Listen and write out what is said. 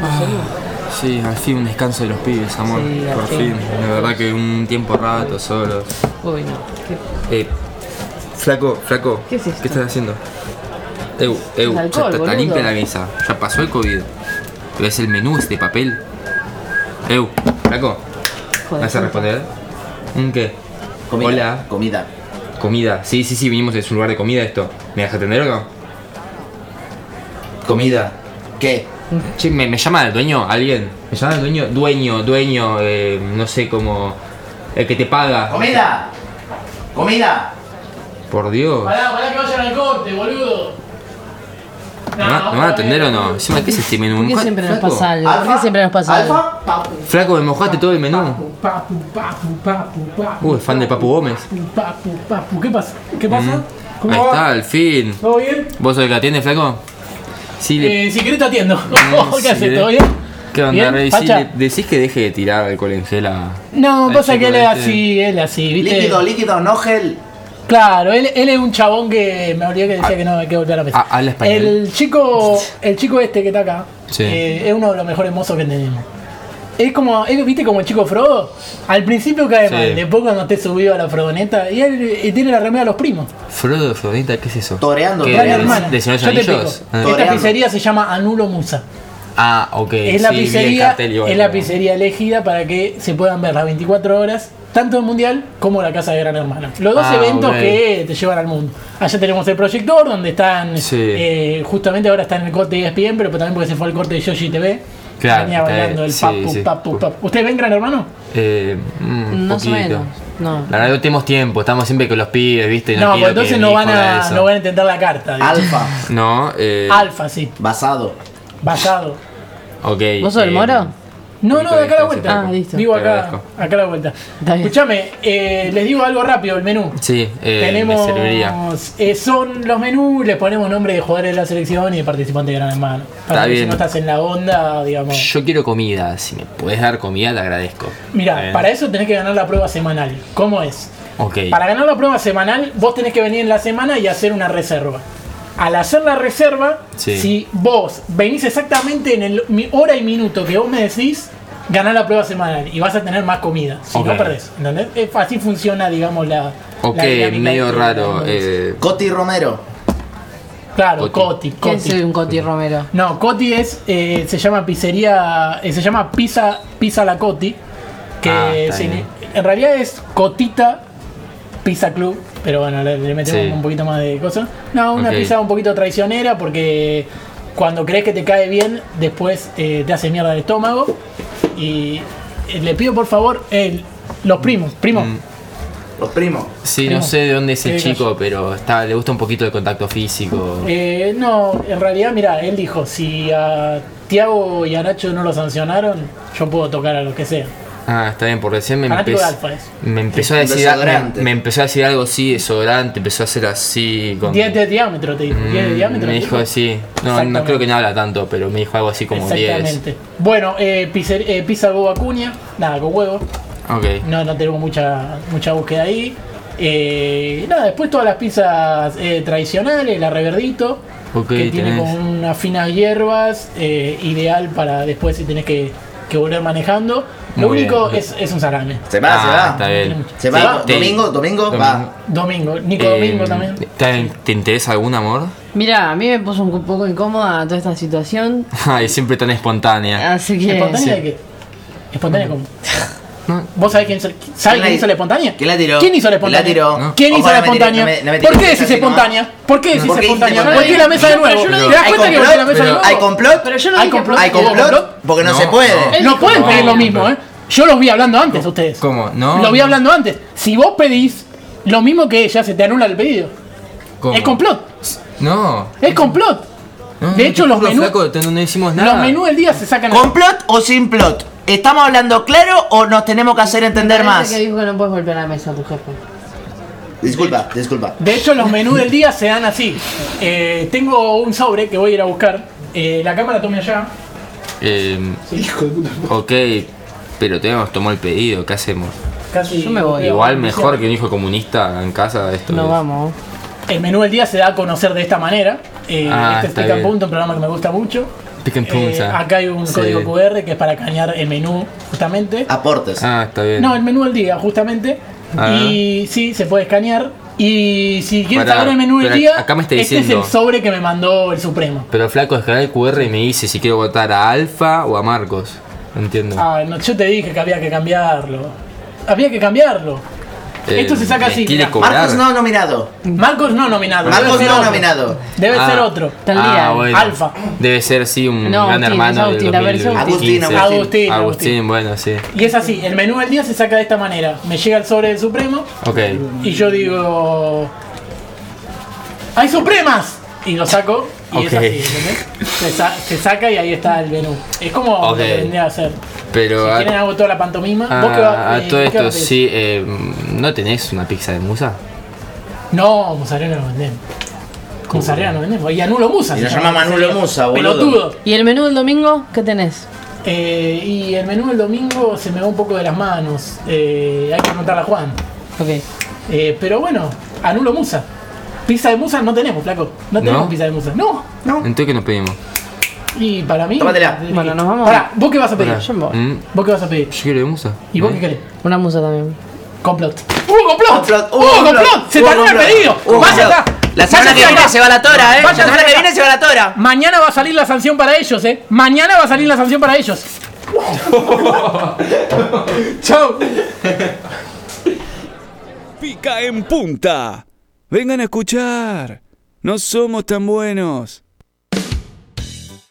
conseguimos. Sí, al fin un descanso de los pibes, amor. Sí, al Por fin. fin. La verdad que un tiempo rato solo. Uy, no. ¿Qué, Eh, flaco, flaco. ¿Qué es esto? estás haciendo? Eu, eu, Es ya alcohol, está, está boludo. limpia la mesa. Ya pasó el COVID. ¿Ves el menú este papel? Eu, flaco. hijo de ¿Vas a puta? responder? ¿Un qué? Comida. Hola. Comida. Comida. Sí, sí, sí, vinimos, es un lugar de comida esto. ¿Me dejas atender o no? Comida. ¿Qué? Che, me, me llama el dueño, alguien. Me llama el dueño, dueño, dueño, eh, no sé cómo. El que te paga. ¡Comida! ¡Comida! Por Dios. Pará, pará que vayan al corte, boludo. ¿Me, va- me van a atender o no? Encima, ¿qué es este menú? ¿Por qué Moja- siempre nos flaco. pasa algo? ¿Por qué siempre nos pasa algo? ¿Alfa? Papu. Flaco, me mojaste todo el menú. Papu, papu, papu, papu. Uh, es fan de Papu Gómez. Mm, Papu, papu, papu. ¿Qué pasa? ¿Qué pasa? ¿Cómo Ahí va? está, al fin. ¿Todo bien? ¿Vos sos el que atiende, flaco? Sí, le. Mm, Eh, si querés te atiendo. ¿Qué sí, haces? le- ¿Todo bien? ¿Qué onda, ¿Bien, Rey? Sí, facha? le- decís que deje de tirar alcohol en gel a. No, al pasa que chico él es este. así, él es así, ¿viste? Líquido, líquido, no gel. Claro, él, él es un chabón que me olvidé que decía que no hay que volver a la mesa. Ah, ¿habla español? El chico, el chico este que está acá Sí. eh, es uno de los mejores mozos que tenemos. Es como, es, ¿viste como el chico Frodo? Al principio cae Sí. mal, después cuando esté subido a la frogoneta y él eh, tiene la remera a los primos. Frodo, Frodita, ¿qué es eso? Toreando, ¿Qué, Dale, toreando. de- hermana. ¿De Señor de yo los te Anillos? Ah. explico. Todo- Esta Toreando. pizzería se llama Anulo Musa. Ah, ok. Es la sí, vi el pizzería, cartel igual, es la pero- pizzería elegida para que se puedan ver las 24 horas, tanto el mundial como la casa de Gran Hermano. Los dos Ah, eventos ok. que te llevan al mundo. Allá tenemos el proyector donde están, Sí. eh, justamente ahora está en el corte de E ESPN, pero también porque se fue el corte de Yoshi TV. Claro, Venía está bailando bien. el Sí, papu, sí. papu, papu. ¿Ustedes ven Gran Hermano? Eh, mm, Más o poquito. menos. No. La verdad, no tenemos tiempo, estamos siempre con los pibes, ¿viste? quiero No, pues entonces que no mi van, hijo haga a, eso. no van a intentar la carta. digo. Alfa. No, eh. Alfa, sí, Basado. basado. Ok. ¿Vos sos el eh, moro? No, no, de acá a la vuelta. Ah, listo. Vivo Te acá, agradezco. acá a la vuelta. Está bien. Escúchame, eh, les digo algo rápido, el menú. Sí, eh, me serviría. Tenemos. eh, son los menús, les ponemos nombre de jugadores de la selección y de participantes de Gran Hermano. Para Está que si bien. no estás en la onda, digamos. Yo quiero comida, si me puedes dar comida te agradezco. Mira, Bien. para eso tenés que ganar la prueba semanal. ¿Cómo es? Ok. Para ganar la prueba semanal, vos tenés que venir en la semana y hacer una reserva. Al hacer la reserva, Sí. si vos venís exactamente en el mi- hora y minuto que vos me decís, ganás la prueba semanal y vas a tener más comida. Si Ok. no perdés, ¿entendés? Es- Así funciona, digamos, la. la ok, dinámica medio de- raro. eh, Coti Romero. Claro, Coti. Coti, ¿Qué Coti. es un Coti Romero? No, Coti es, eh, se llama pizzería, eh, se llama pizza, pizza la Coti, que Ah, está se- bien. en realidad es Cotita Pizza Club, pero bueno, le, le metemos Sí. un poquito más de cosas. No, una Ok. pizza un poquito traicionera porque cuando crees que te cae bien, después eh, te hace mierda el estómago. Y eh, le pido por favor, el- los primos, primos. Mm, Los primos. sí, no Primo. sé de dónde es el Eh, chico, pero está, le gusta un poquito de contacto físico. Eh, no, en realidad, mira, él dijo, si a Tiago y a Nacho no lo sancionaron, yo puedo tocar a los que sea. Ah, está bien, por recién me, Fanático empezó- de Alfa es. me empezó a Un decir desodorante. me, me empezó a decir algo así, desodorante, empezó a hacer así con 10 de diámetro, te dijo. 10 de Mm, diámetro. Me te dijo así. No, no Exactamente. creo que no habla tanto, pero me dijo algo así como 10. Exactamente. Bueno, eh, pizzer- eh, pizza Boba Cuña, nada, con huevo. Ok. No, no tenemos mucha, mucha búsqueda ahí. Eh, nada, después todas las pizzas eh, tradicionales, la reverdito, Ok, que tiene tenés. con unas finas hierbas, eh, ideal para después si tenés que, que volver manejando. Lo Muy bien, único bien. es, es un salame. Se va, Ah, se Está va. bien. Se va. Te- domingo, domingo, Domingo. va. Domingo, Nico Eh, Domingo también. ¿te- ¿Te interesa algún amor? Mira, a mí me puso un poco incómoda toda esta situación, Ay, siempre tan Ah, espontánea. así que... ¿Espontánea de qué? ¿Espontánea cómo? No. ¿Vos sabés quién, se- ¿sabes ¿Quién quién la- hizo la espontánea? quién la tiró? ¿Quién hizo la ¿Quién la espontánea? tiró? No. ¿Quién hizo Ojo, la no me tiré, espontánea? no me- no me tiré ¿Por qué esa decís así espontánea? ¿Por qué decís ¿Por qué dijiste espontánea? espontánea? Volví la mesa de nuevo. Yo no ¿Te das ¿Hay cuenta que volví la mesa de complot? nuevo? ¿Hay complot? Pero yo no ¿Hay dije complot? ¿Hay complot? Porque no, No, se puede. no. No pueden No, pedir lo no, mismo, pero- ¿eh? Yo los vi hablando antes a ustedes. ¿Cómo? No, Los vi no. hablando antes. Si vos pedís lo mismo que ella, se te anula el pedido. ¿Cómo? Es complot. No. Es complot. no, De hecho, te los juro, menús- flaco, te- no hicimos nada. Los menús del día se sacan. ¿Complot o sin plot? ¿Estamos hablando claro o nos tenemos que hacer entender más? Parece que dijo que no puedes golpear la mesa tu jefe. Disculpa, disculpa. De hecho, los menús del día se dan así. Eh, tengo un sobre que voy a ir a buscar. Eh, la cámara tome allá. Eh, Hijo de puta. ok, pero tenemos tomó el pedido, ¿qué hacemos? Casi. Yo me voy. Igual mejor que un hijo comunista en casa esto. No es. vamos. El menú del día se da a conocer de esta manera. Eh, Ah, este es está Pick and bien. Punto, un programa que me gusta mucho. Pick and Eh, Punta. acá hay un Sí. código QR que es para cañar el menú, justamente. Aportes. Ah, está bien. No, el menú del día, justamente. Ah. Y sí, se puede escanear. Y si quieres Pará, saber el menú del pero día, acá me está este es diciendo. el sobre que me mandó el Supremo. Pero flaco, escalar el QR y me dice si quiero votar a Alfa o a Marcos. No entiendo. Ah, no, yo te dije que había que cambiarlo. Había que cambiarlo. Eh, esto se saca así. quiere mirá. co- Marcos no nominado. Marcos no nominado. debe Marcos ser no otro. nominado. Debe Ah. ser otro. Tal Ah, día. bueno. Alfa. Debe ser, sí, un No, gran Agustín, hermano es Agustín, del la versión 2015. Agustín, Agustín, Agustín. Agustín, bueno, sí. Y es así, el menú del día se saca de esta manera. Me llega el sobre del Supremo Ok. y yo digo... ¡Hay Supremas! Y lo saco y Ok. es así, ¿entendés? Se, sa- se saca y ahí está el menú. Es como Ok. lo que vendría a hacer. Pero si a, quieren hago toda la pantomima. ¿Vos qué a- va- a eh, ah, todo qué esto, va a pedir? sí, eh, ¿no tenés una pizza de musa? No, mozzarella no vendemos. Mozzarella no vendemos. Y anulo musa. Y se lo llaman anulo mozzarella. musa, boludo. Pelotudo. ¿Y el menú del domingo? ¿Qué tenés? Eh, y el menú del domingo se me va un poco de las manos. Eh, hay que preguntarle a Juan. Ok. Eh, pero bueno, anulo musa. Pizza de musa no tenemos, flaco. No tenemos pizza de musa. No. No. Entonces, ¿qué nos pedimos? Y para mí. Eh, Tómatela. Bueno, nos vamos. Pará, ¿vos qué vas a pedir? Pará. Yo me voy. Mm, ¿Vos qué vas a pedir? Yo quiero de musa. ¿Y vos ¿Eh? qué querés? Una musa también. Complot. ¡Hubo complot! Mm. Complot, ¡Hubo complot! ¡Se hubo tardó el complot, pedido! hubo ¡Vaya complot. acá! La semana Vaya que acá. viene se va la tora, ¿eh? La Vaya semana que acá. viene se va la tora. Mañana va a salir la sanción para ellos, ¿eh? Mañana va a salir la sanción para ellos. Chao. Pica en punta. Vengan a escuchar. No somos tan buenos.